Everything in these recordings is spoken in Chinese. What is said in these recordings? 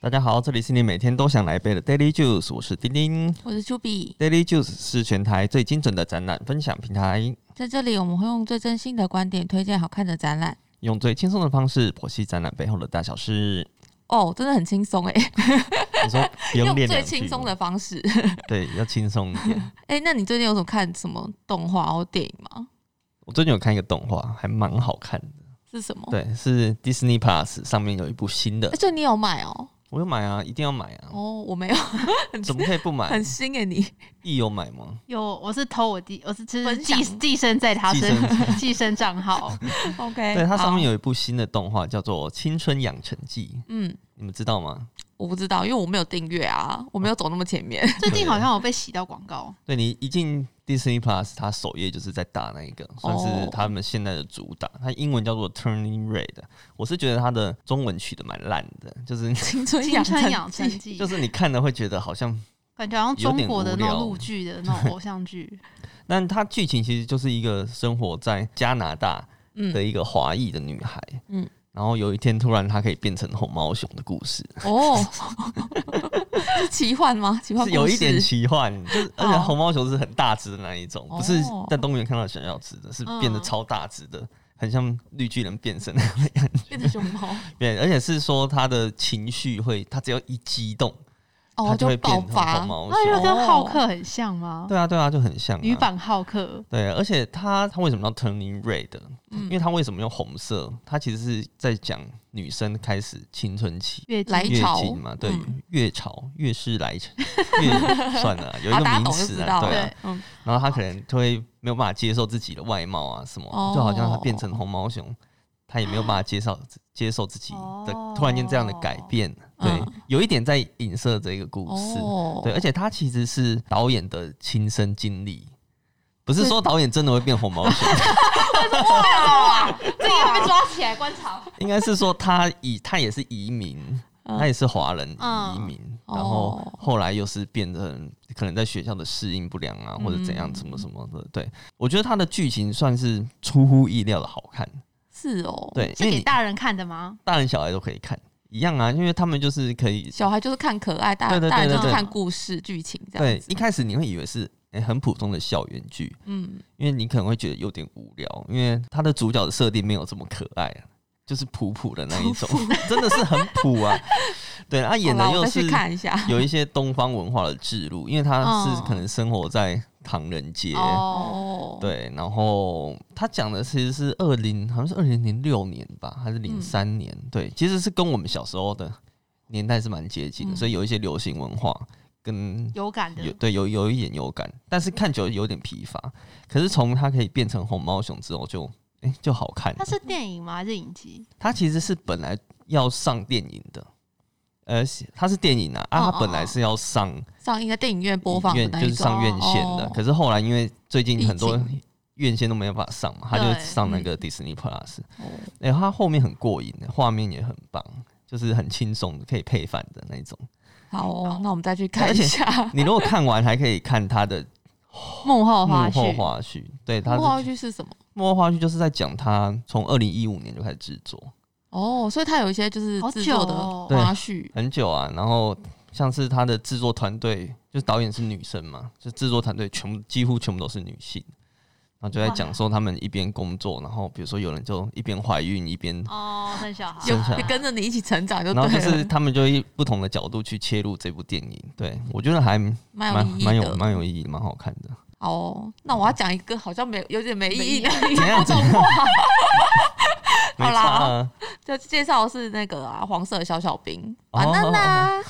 大家好，这里是你每天都想来杯的 Daily Juice，我是丁丁。我是 Juby， Daily Juice 是全台最精准的展览分享平台，在这里我们会用最真心的观点推荐好看的展览。用最轻松的方式剖析展览背后的大小事。哦，真的很轻松哎，你 说不用用练最两句轻松吗的方式。 对，要轻松一点。哎、那你最近有什么看什么动画或电影吗？我最近有看一个动画，还蛮好看的。是什么？对，是 Disney Plus 上面有一部新的哦哎，，所以你有买哦？我有买啊，一定要买啊，哦，我没有，怎么可以不买很？新哎，你易有买吗？有，我是偷我弟，我是就是分寄享寄生在他寄身生 寄生账号， OK？对，它上面有，有一部新的动画叫做《青春养成记》，嗯，你们知道吗？我不知道，因为我没有订阅啊，我没有走那么前面。 最近好像有被洗到广告，对你一进 Disney Plus，它首页就是在打那一个，算哦是他们现在的主打。它英文叫做 Turning Red，我是觉得它的中文取得蛮烂的，就是青春青养春成养成 记 记，就是你看了会觉得好像，感觉好像有中点国的那无聊种陆剧的那种偶像剧， 但它剧情其实就是一个生活在加拿大的嗯，一个华裔的女孩，嗯嗯，然后有一天突然她可以变成红毛熊的故事，哦， 是奇幻吗？奇幻是故有一点事奇幻，就是而且哦红毛熊是很大只的那一种，不是哦在动物园看到想要吃的，是变得嗯超大只的，很像绿巨人变身。变成熊猫，对，而且是说他的情绪会，他只要一激动，他哦，就会变爆成发红。毛那就熊。跟浩克很像吗？对啊，对啊，就很像、啊。女版浩克，对，而且他他为什么要 turning red？嗯因为他为什么用红色？他其实是在讲女生开始青春期。月来经月潮经嘛，对嗯，月潮、月事来 潮月算了，有一啊，个大家名懂就词知啊，道对了啊，。嗯，然后他可能就会没有办法接受自己的外貌啊什么，哦就好像他变成红毛熊，他也没有办法接受接受自己的哦突然间这样的改变。对，嗯有一点在影射这个故事。哦，对，而且他其实是导演的亲身经历，不是说导演真的会变红毛熊，哦哇，这个要被抓起来观察。应该是说他以他也是移民。嗯他也是华人移嗯民，然后哦后来又是变成可能在学校的适应不良啊，或者怎样嗯什么什么的。对我觉得他的剧情算是出乎意料的好看，是哦，，对，因是为给你大人看的吗？大人小孩都可以看一样啊，因为他们就是可以小孩就是看可爱，大对对对大人就对是对看故事剧情这样对子一。开始你会以为是、诶很普通的校园剧，嗯，因为你可能会觉得有点无聊，因为它的主角的设定没有这么可爱、啊，就是普普的那一种，真的是很普啊。 对，他演的好啦我又再是去看一下。有一些东方文化的植入，因为他是嗯可能生活在唐人街。哦，哦，，对，然后他讲的其实是二零，好像是二零零六年吧，还是嗯零三年、对，其实是跟我们小时候的年代是蛮接近的，嗯所以有一些流行文化跟有感的有，对有有一点有感，但是看久了有点疲乏。可是从它可以变成红毛熊之后就，哎就好看了。它是电影吗？还是影集？它其实是本来要上电影的，呃，它是电影啊，哦啊，哦它本来是要上上映在电影院播影放的院，那就一是上种。院线的。哦可是后来因为最近很多疫院线都没有办法上嘛，他就对上那嗯个 Disney Plus。哦哎、它后面很过瘾的，画面也很棒，就是很轻松的，可以配饭的 那种。好哦好，那我们再去看而一且下。你如果看完，还可以看它 的幕后幕花后絮，花絮。对，它幕是后剧是什么？幕后花絮就是在讲他从二零一五年就开始制作，哦，所以它有一些就是好制久作的哦对花絮。很久啊。然后像是他的制作团队，就是导演是女生嘛，就制作团队全部几乎全部都是女性。然后就在讲说他们一边工作，然后比如说有人就一边怀孕一边，哦，生小孩，有生下来跟着你一起成长就然对后了，就是他们就以不同的角度去切入这部电影。对我觉得还蛮蛮有意义蛮有的。蛮有意义，蛮好看的。好哦，那我要讲一个好像没有有点没意义的怎样怎样？没好啦差啊！就介绍的是那个啊，黄色的小小兵哦，banana，、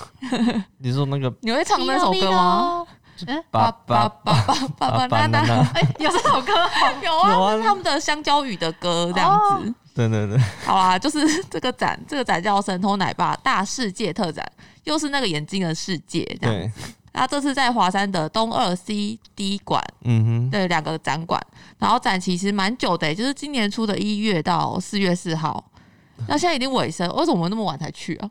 你说那个你会唱那首歌吗？？嗯，爸爸爸爸爸爸爸 banana， banana，哎，有这首歌吗， 有啊，有啊这是他们的香蕉语的歌这样子。对对对，好啦，就是这个展，这个展叫神偷奶爸大世界特展，又是那个眼睛的世界这样。对，那这次在华山的东二 C D 馆嗯哼，的两个展馆，然后展期其实蛮久的、就是今年初的一月到四月四号。那现在已经尾声，为什么我们那么晚才去啊？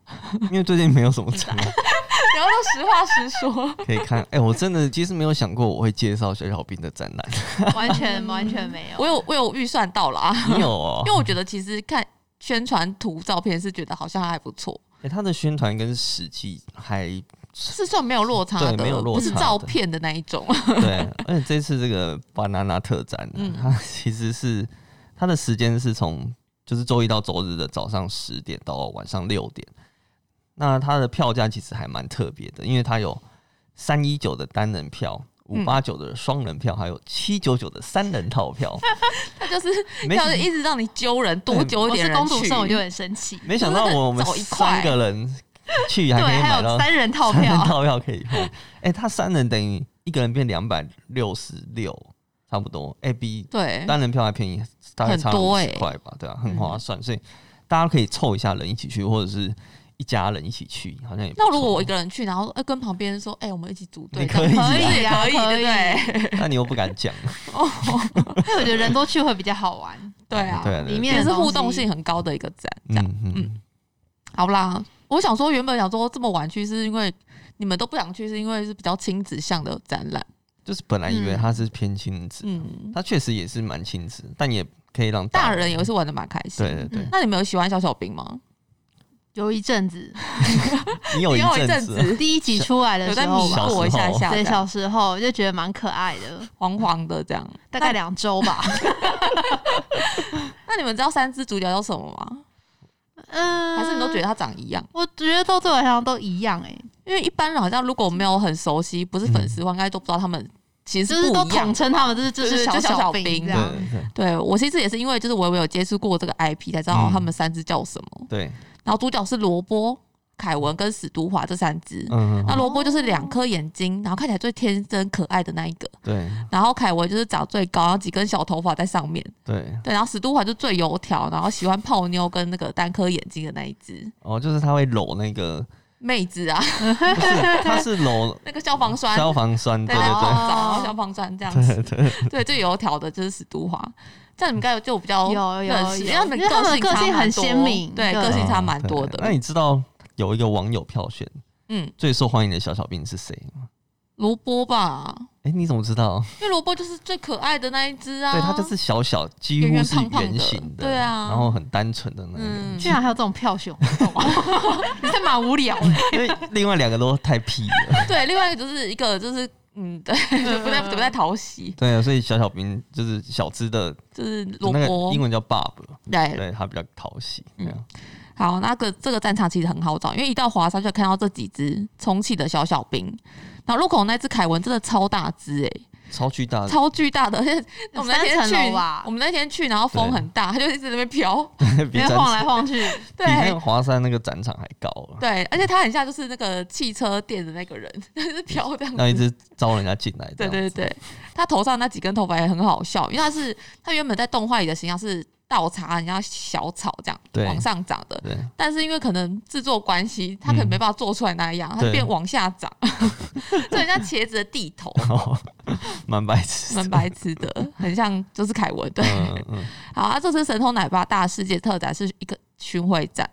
因为最近没有什么展览然后就实话实说，可以看。哎、我真的其实没有想过我会介绍小小兵的展览，完全完全没有。我有我有预算到了啊， 你有哦因为？我觉得其实看宣传图照片是觉得好像还不错，哎，他的宣传跟实际还是算没有落差的，对没有落不是差照的片的那一种。 对，啊而且这次这个 banana 特展， 嗯它其实是它的时间是从就是周一到周日的早上十点到晚上六点。那它的票价其实还蛮特别的，因为它有三一九的单人票。五嗯八九的双人票，还有七九九的三人套票，他就是没要一直让你揪人，多揪一嗯我点是人公主去生，我就很生气。没想到我们找一块三个人去还对，可以还买有到三人套三人 票，套票可以买。哎，他三人等于一个人变两百六十六，差不多。哎，比对，单人票还便宜，大概差很多五欸十块吧，对啊，很划算，所以大家可以凑一下人一起去，或者是一家人一起去，好像也不错那如果我一，个人去，然后呃跟旁边人说，哎、我们一起组队，你这样可可以啊，可以可对不对？那你又不敢讲，因为我觉得人多去会比较好玩。 对啊，对啊，里面也是互动东西性很高的一个展，这样、嗯嗯，好啦。我想说，原本想说这么晚去是因为你们都不想去，是因为是比较亲子向的展览，就是本来以为他是偏亲子，嗯，他确实也是蛮亲子，但也可以让大人也是玩的蛮开心。对对对嗯，那你们有喜欢小小兵吗？有一 阵子，你有你有一哦阵阵子啊子第一集出来的有时在迷候吧，惑一下下，对，小时候就觉得蛮可爱 的，黄黄的这样。大概两周 吧。那你们知道三只主角叫什么吗？嗯，还是你都觉得它长一样？我觉得都对我来讲都一样哎、因为一般人好像如果没有很熟悉，不是粉丝的话，应该都不知道他们其实就是是不都一样统的。称他们，就是就对是对就小小兵兵对这样。对对我其实也是因为就是我有接触过这个 IP 才知道嗯哦他们三只叫什么。对，然后主角是萝卜、凯文跟史都华这三只。嗯那萝卜就是两颗眼睛，然后看起来最天真可爱的那一个。对然后凯文就是长最高，然后几根小头发在上面。对，对，然后史都华就最油条，然后喜欢泡妞跟那个单颗眼睛的那一只哦，就是他会揉那个，妹子啊， 不哦是，他是揉那个消防栓。消防栓，对对，然后对哦找到消防栓这样子。对对对，对，最油条的就是史都华，这样你们应该就比较有有认识哦有因为他们因为他们个个性差蛮很多鲜明对，对个性差蛮哦对多的。那你知道有一个网友票选嗯，最受欢迎的小小兵是谁吗？萝卜吧，哎、你怎么知道？因为萝卜就是最可爱的那一只啊，对，他就是小小，几圆乎圆是胖胖的圆形的，对啊然后很单纯的那个，嗯居然还有这种票选活动啊， 你是蛮无聊的、因为另外两个都太屁 了。对，另外一个就是一个就是嗯，对， 就不太不太讨喜，对啊，所以小小兵就是小只的，就是萝那个卜英。文叫 Bob，对，对他比较讨喜。嗯对啊好，那个这个战场其实很好找，因为一到华山就看到这几只充气的小小兵，然后入口那只凯文真的超大只哎、超巨大的，超巨大的， 而且我们那天三层去楼吧我们那天去，然后风很大，它就一直在那边 飘， 比因为展晃来晃 去，比那对个华山那个展场还高啊了，对，而且它很像就是那个汽车店的那个人， 就是飘这样让一子。直招人家进来这对样。对对，他头上那几根头发也很好笑，因为他是他原本在动画里的形象是倒插人家小草这样对往上长的，对但是因为可能制作关系，他可能嗯没办法做出来那样，他对变往下 长，就很像茄子的地 头，然后蛮白痴的。蛮白痴的，很像就是凯文对。嗯嗯，好，啊，这次神偷奶爸大世界特展是一个巡回展，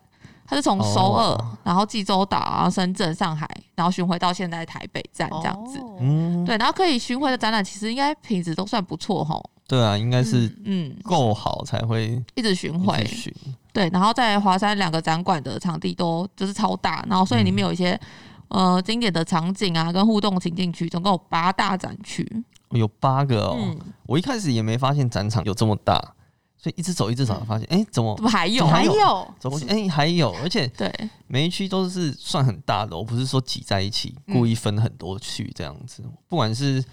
它是从首尔，哦然后济州岛，然后深圳、上海，然后巡回到现在台北站这样子。哦嗯，对，然后可以巡回的展览，其实应该品质都算不错吼。对啊，应该是嗯，够好才会一直巡一回直，巡对，然后在华山两个展馆的场地都就是超大，然后所以里面嗯有一些、呃经典的场景啊，跟互动情境区，总共有八大展区。有八个哦、嗯，我一开始也没发现展场有这么大，所以一直走一直走，发现哎、诶怎么怎么还有？怎么还有有走过去？哎、还有，而且对，每一区都是算很大的哦，我不是说挤在一起，嗯故意分很多区这样子。不管是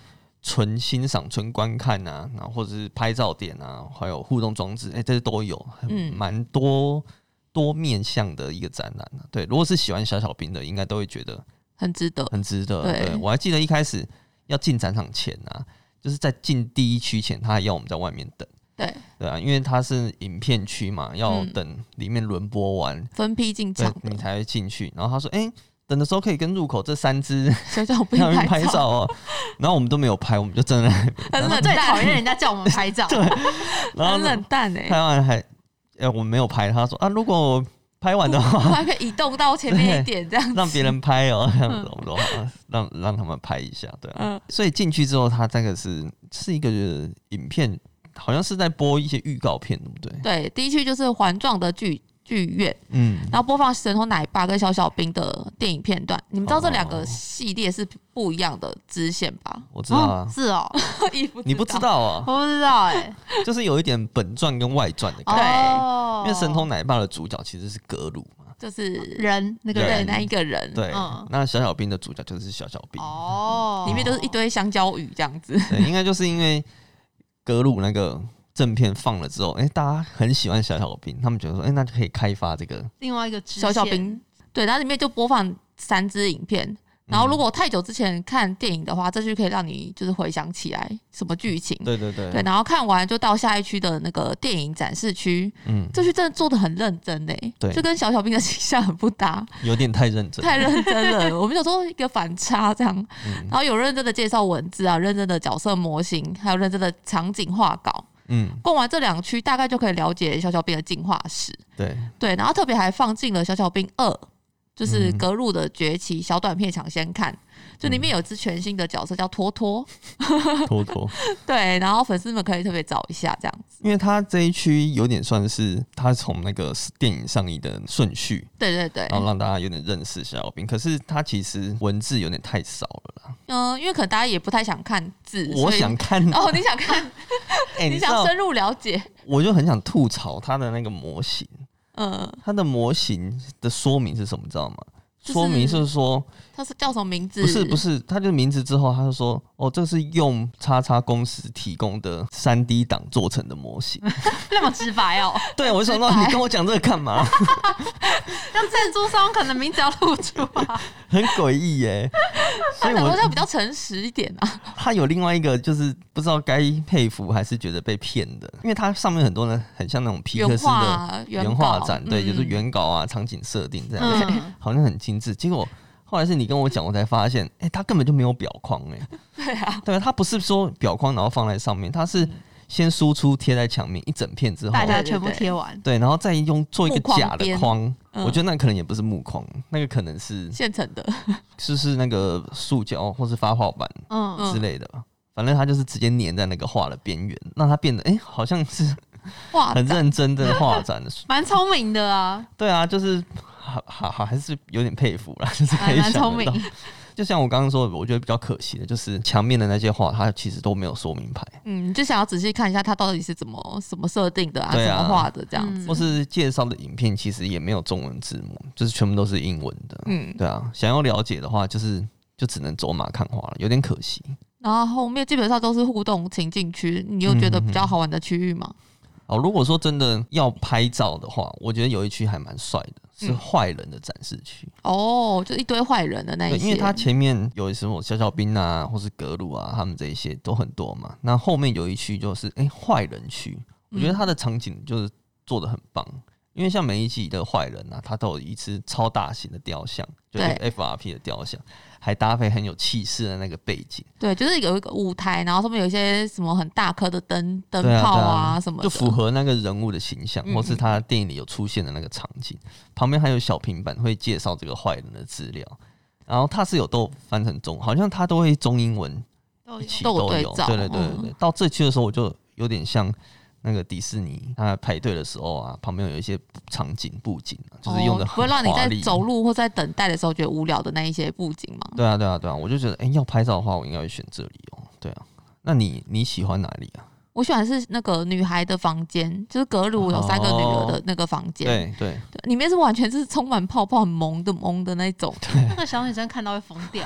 纯欣赏、纯观看啊，然后或者是拍照点啊，还有互动装置，哎、这些都有，很嗯蛮、多多面向的一个展览、啊、对，如果是喜欢小小兵的，应该都会觉得很值得。很值得。对对我还记得一开始要进展场前啊，就是在进第一区前，他还要我们在外面等。对，对啊，因为它是影片区嘛，要嗯等里面轮播完，分批进对嗯场你的才会进去。然后他说：“哎、等的时候可以跟入口这三只小小兵让人拍拍照，照嗯哦。”然后我们都没有拍，我们就站在那边。很冷最淡讨厌人家叫我们 拍照，然后很呢冷淡哎、 拍完还，哎、我们没有拍。他说：“啊，如果我拍完的话，突然 可以移动到前面一点这样子，让别人拍哦， 这样子，我们说啊让让他们拍一下，对啊、嗯所以进去之后，它这个是是一个影片，好像是在播一些预告片，对不对？ 对，第一区就是环状的剧剧院，嗯，然后播放神偷奶爸跟小小兵的电影片段。你们知道这两个哦系列是不一样的支线吧？ 我知道哦啊，是哦，你不你不知道啊，我不知道哎。就是有一点本传跟外传的感对觉，哦因为神偷奶爸的主角其实是格鲁嘛，就是人那个对对人那一个人，对嗯，那小小兵的主角就是小小兵，哦，里面都是一堆香蕉鱼这样子。 对，应该就是因为格鲁那个正片放了之后，哎、大家很喜欢小小兵，他们觉得说，哎、那就可以开发这个。另外一个支小小线兵，对，然后里面就播放三支影片。嗯然后如果太久之前看电影的话，这就可以让你就是回想起来什么剧情。对对对，对，然后看完就到下一区的那个电影展示区，嗯，这区真的做的很认真呢、对就跟小小兵的形象很不 搭，有点太认真，太认真 了。我们有做一个反差这样，嗯然后有认真的介绍文字啊，认真的角色模型，还有认真的场景画稿。嗯，逛完这两区，大概就可以了解小小兵的进化史。 对，对，然后特别还放进了《小小兵二》，就是嗯格鲁的崛起小短片抢先看，就里面有只全新的角色叫托托，嗯托托，对，然后粉丝们可以特别找一下这样子，因为他这一区有点算是他从那个电影上映的顺序，对对对，然后让大家有点认识小小兵。可是他其实文字有点太少了啦，嗯、因为可能大家也不太想看字，我所以想看，哦，你想看，哎、你知道想，深入了解，我就很想吐槽他的那个模型。嗯，它的模型的说明是什么，知道吗？就是说明是说，他是叫什么名字？不是不是，是，它就名字之后，他就说，哦，这是用叉叉公司提供的三 D 档做成的模 型。那么直白哦，对，我就想说，你跟我讲这个干 嘛？像赞助商可能名字要露出啊，很诡异耶。所他以能够我要比较诚实一点啊，他有另外一个，就是不知道该佩服还是觉得被骗的，因为它上面很多人很像那种皮克原斯画的啊原画稿展，对，就是嗯原稿啊、场景设定这样子。嗯，好像很精致。结果后来是你跟我讲，我才发现，哎、它根本就没有表框、哎，对啊，对啊，它不是说表框然后放在上面，它是先输出贴在墙面一整片之后，嗯大家对对全部对贴完，对，然后再用做一个木框假的边框，嗯我觉得那可能也不是木框，那个可能是现成的，是是那个塑胶或是发泡板嗯，之类的吧。反正它就是直接粘在那个画的边缘，让它变得哎、诶好像是哇，很认真的画 展的。蛮聪明的啊，对啊，就是好好好，还是有点佩服啦，就是可还以蛮想聪得明到。，就像我刚刚说的，我觉得比较可惜的就是墙面的那些画，它其实都没有说明牌，嗯，就想要仔细看一下他到底是怎么什么设定的啊，对怎啊么画的这样嗯子。或是介绍的影片其实也没有中文字幕，就是全部都是英文的。嗯，对啊，想要了解的话，就是就只能走马看花了，有点可惜。然后后面基本上都是互动情境区，你有觉得比嗯较好玩的区域吗？哦，如果说真的要拍照的话，我觉得有一区还蛮帅的，是嗯坏人的展示区。哦，就一堆坏人的那一对，些，因为它前面有什么小小兵啊，或是格鲁啊，他们这一些都很多嘛。那后面有一区就是哎坏、人区，我觉得它的场景就是做的很棒。因为像每一集的坏人啊，他都有一只超大型的雕像，就对 FRP 的雕像，还搭配很有气势的那个背景，对，就是有一个舞台，然后上面有一些什么很大颗的灯灯对啊泡对啊什么的，就符合那个人物的形象，嗯或是他电影里有出现的那个场景。旁边还有小平板会介绍这个坏人的资料，然后他是有都翻成中，好像他都会中英文都一有起都有有对照嗯对对对对对。到这区的时候，我就有点像那个迪士尼，他排队的时候啊，旁边有一些场景布景啊、就是用的哦、不会让你在走路。路或在等待的时候觉得无聊的那一些布景吗？对啊对啊对啊，我就觉得哎、诶要拍照的话，我应该会选这里哦。对啊，那你你喜欢哪里啊？我喜欢是那个女孩的房间，就是格鲁有三个女儿的那个房间，哦对对，对里面是完全是充满泡泡、很萌的萌的那种。那个小女生看到会疯 掉，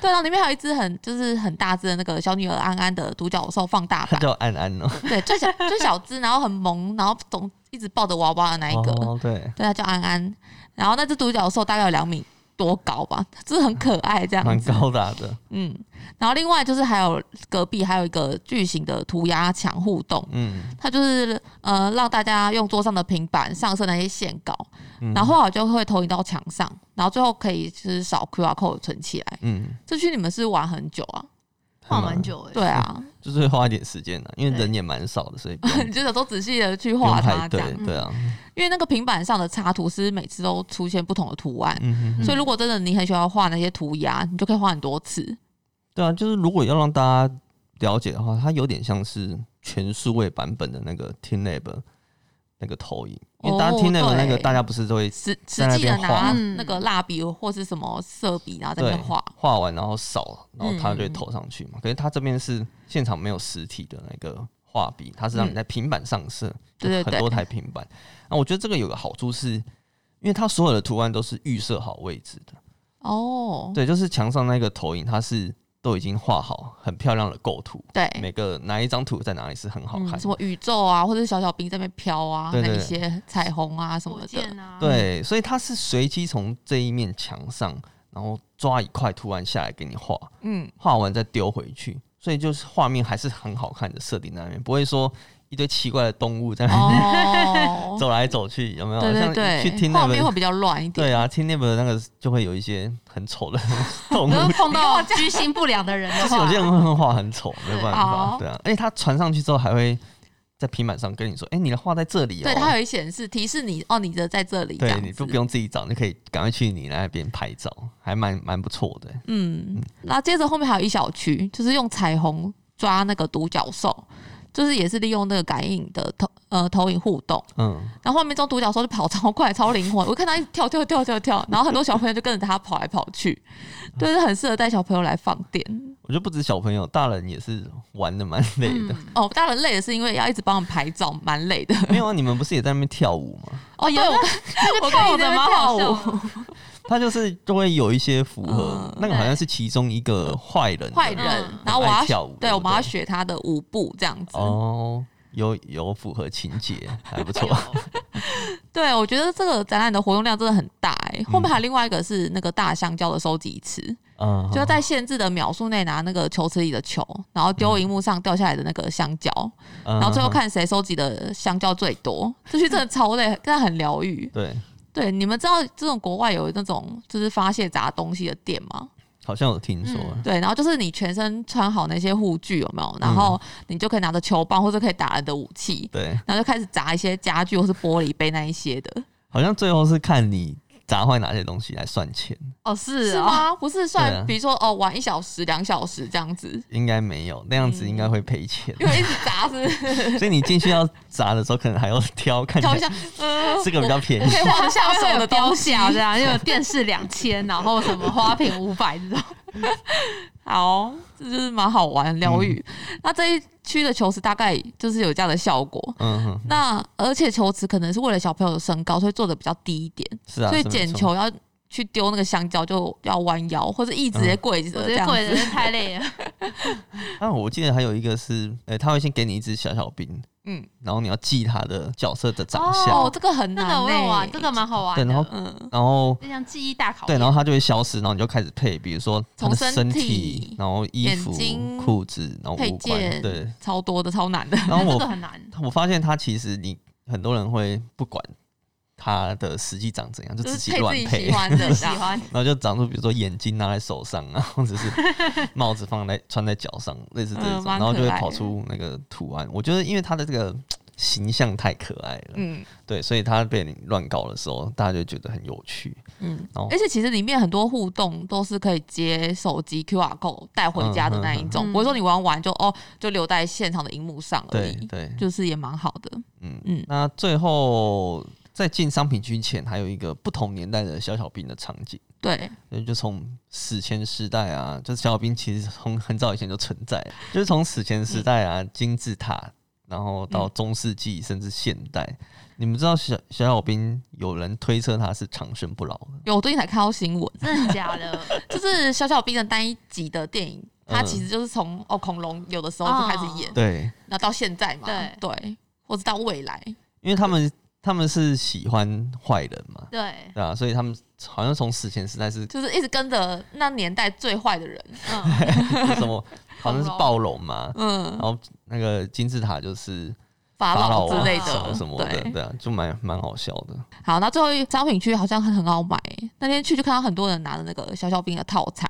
对，然后里面还有一只很就是很大只的那个小女儿安安的独角兽放大他 版，叫安安哦。对，最小最小只，然后很萌，然后总一直抱着娃娃的那一个，哦对，对，它叫安安。然后那只独角兽大概有两米多高吧，就是很可爱这样蛮子。高大的。嗯，然后另外就是还有隔壁还有一个巨型的涂鸦墙互动。嗯，它就是呃，让大家用桌上的平板上色那些线稿，嗯然后后来就会投影到墙上，然后最后可以就是扫 QR code 存起来。嗯，这区你们是玩很久啊？画蛮久哎，对啊，就是会花一点时间的，因为对人也蛮少的，所以 不用你就有时候仔细的去不用画它排这队样，。嗯对啊，因为那个平板上的插图是每次都出现不同的图案，嗯哼所以如果真的你很喜欢画那些涂鸦，你就可以画很多次。对啊，就是如果要让大家了解的话，它有点像是全数位版本的那个 TeamLab 那个投影，因为大家听那个那个，哦对大家不是都会实实在那际的边拿画那个蜡笔或是什么色笔，然后在那对边画。画完然后扫，然后他就会嗯嗯嗯投上去嘛。可是他这边是现场没有实体的那个画笔，他是让你在平板上色，嗯对对对很多台平板。那我觉得这个有个好处是，因为它所有的图案都是预设好位置的，哦，对，就是墙上那个投影，它是都已经画好很漂亮的构图，对，每个哪一张图在哪里是很好看嗯，什的。么宇宙啊，或者是小小兵在那边飘啊，对对那一些彩虹啊什么火的，箭啊，，对，所以它是随机从这一面墙上，然后抓一块图案下来给你画。 嗯，画完再丢回去，所以就是画面还是很好看的设定在那边，不会说一堆奇怪的动物在那边、，哦走来走去，有没有？对对像去对，听画那面会个，比较乱一点，对啊，听那个那个就会有一些很丑 的动物然，后碰碰到 到居心不良的人的就是有话些，人会画很丑，没有办法好，对啊。而且它传上去之后还会在平板上跟你说，哎、你的画在这里哦、对，它会显示提示你哦，你的在这里，这对，样你子就不。用自己找，你可以赶快去你那边拍照，还蛮蛮不错的。嗯，那接着后面还有一小区，就是用彩虹抓那个独角兽，就是也是利用那个感应的投呃投影互动，嗯，然后后面这种独角兽就跑超快、超灵活，我看它一直跳跳跳跳跳，然后很多小朋友就跟着它跑来跑去，就是很适合带小朋友来放电。我觉得不止小朋友，大人也是玩的蛮累的。哦，大人累的是因为要一直帮我们拍照，蛮 累的。没有啊，你们不是也在那边跳舞吗？哦，因为我那我个看跳我舞的的蛮好舞，他就是就会有一些符合，嗯那个好像是其中一个坏人的，坏人嗯，然后我要很爱跳舞对，我们要对不对学他的舞步这样子。哦，有有符合情节，还不错。对，我觉得这个展览的活用量真的很大哎、后面还有另外一个是那个大香蕉的收集池，嗯，就是在限制的秒数内拿那个球池里的球，然后丢荧幕上掉下来的那个香蕉，然然后最嗯后看谁收集的香蕉最多。这些真的超 累，但很疗愈。对，对，你们知道这种国外有那种就是发泄砸东西的店吗？好像有听说，嗯对，然后就是你全身穿好那些护具有没有？嗯然后你就可以拿着球棒或者可以打人的武器，对，然后就开始砸一些家具或是玻璃杯那一些的。好像最后是看你砸坏哪些东西来算钱， 哦是是啊，吗？不是对啊算，比如说哦，玩一小时、两小时这样子，应该没有，那样子应嗯该会赔钱。因为一直砸是不是 所以你进去要砸的时候，可能还要挑，看挑一起来下， 呃，这个比较便宜可。以画得下手的标东西。啊价这 样，又有电视两千，然后什么花瓶五百这种， 好，这就是蛮好玩、疗愈。那这一区的球池大概就是有这样的效果。嗯哼，那而且球池可能是为了小朋友的身高，所以做的比较低一点，是啊，所以是没捡错球要去丢那个香蕉就要弯腰，或者一嗯直接跪着我这觉得样贵子。人太累了。 啊，我记得还有一个是，呃、他会先给你一只小小兵，嗯，然后你要记他的角色的长相，哦，这个很这难、个欸，我 有玩，这个蛮好玩的。对然后嗯，然后就像记忆大考对，验。然后它就会消失，然后你就开始配，比如说他的从身身体然后衣眼服、睛裤子，然后配五官，件对。超多的，超难的。然后这个我很难， 我发现它其实你很多人会不管它的实际长怎样，就就 自是己配乱自己配喜，欢 的，喜这样欢。然后就长出比如说眼睛拿在手上啊， 或者是帽子放在穿在脚上，类似这嗯种，蛮然后就会可爱跑的出那个图案。我觉得因为它的这个形象太可爱了，嗯对，所以它被你乱搞的时候，大家就觉得很有趣。嗯然后，而且其实里面很多互动都是可以接手机 QR code 带回家的那一种，嗯嗯嗯不会说你玩完就哦就留在现场的荧幕上而对已，对，就是也蛮好的。嗯嗯那最后在进商品区前，还有一个不同年代的小小兵的场景，对，所以就从史前时代啊，就是小小兵其实从很早以前就存在了，就是从史前时代啊，金字塔，然后嗯到中世纪、甚至现代。你们知道小小小兵有人推测他是长生不老的，有我最近才看到新闻，真的假的？就是小小兵的单一集的电影，它嗯其实就是从哦恐龙有的时候就开始演，对，那、到现在嘛，对对，或者到未来，因为他们他们是喜欢坏人嘛，对，对啊，所以他们好像从史前时代 是就是一直跟着那年代最坏的人，嗯，是什么，好像是暴龙嘛，然嗯，后那个金字塔就是法法老老之类啊什么的，什么的，对。对啊，就蛮蛮好笑的。好，那最后一商品区好像很很好买欸、那天去就看到很多人拿着那个小小兵的套餐，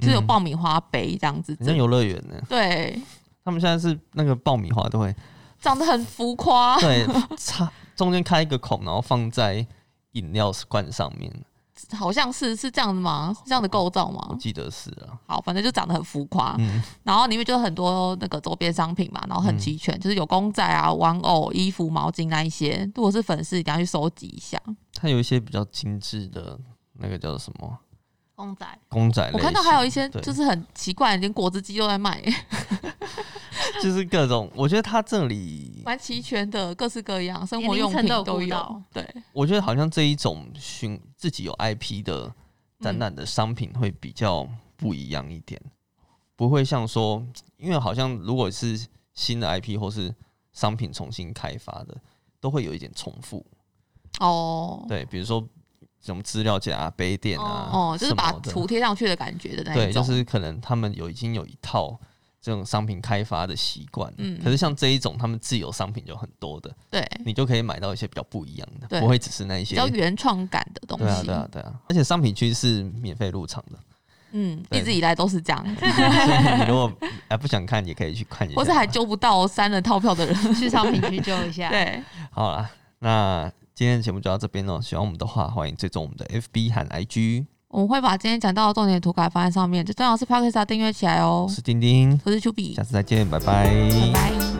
就是有爆米花杯这样子很像整。游乐园呢，对，他们现在是那个爆米花都会长得很浮 夸。对插中间开一个孔，然后放在饮料罐上面，好像是是这样子吗？是这样的构造我吗？记得是啊，好，反正就长得很浮夸，嗯然后里面就很多那个周边商品嘛，然后很齐嗯全，就是有公仔啊、玩偶、衣服、毛巾那一些。如果是粉丝，一定要去收集一下。它有一些比较精致的那个叫什么公仔，公仔类型，我看到还有一些对就是很奇怪，连果汁机都在卖， 就是各种，我觉得它这里，蛮齐全的，各式各样，生连活凌用晨品都有都顾有到。对，我觉得好像这一种寻自己有 IP 的展览的商品会比较不一样一点，不会像说，因为好像如果是新的 IP 或是商品重新开发的，都会有一点重复。哦，对，比如说什么资料夹啊、杯垫啊，哦，就是什把么的图贴上去的感觉的那对，一就种。是可能他们有已经有一套这种商品开发的习惯，嗯可是像这一种他们自有商品就很多的，对，你就可以买到一些比较不一样的，对不会只是那一比些。较原创感的东对啊，西。对啊，对啊，而且商品区是免费入 场的，嗯，对一直以来都是这样，所以你如果哎不想看，也可以去看一下。或是还揪不到删了套票的人。 去商品区救一下。对，好啦，那今天的节目就到这边喽。喜欢我们的话，欢迎追踪我们的 FB 和 IG。我们会把今天讲到的重点图卡放在上面，就最好是 p o d c a s t 订阅起来哦我。是丁丁，我是丘比下，次再见，拜拜拜拜。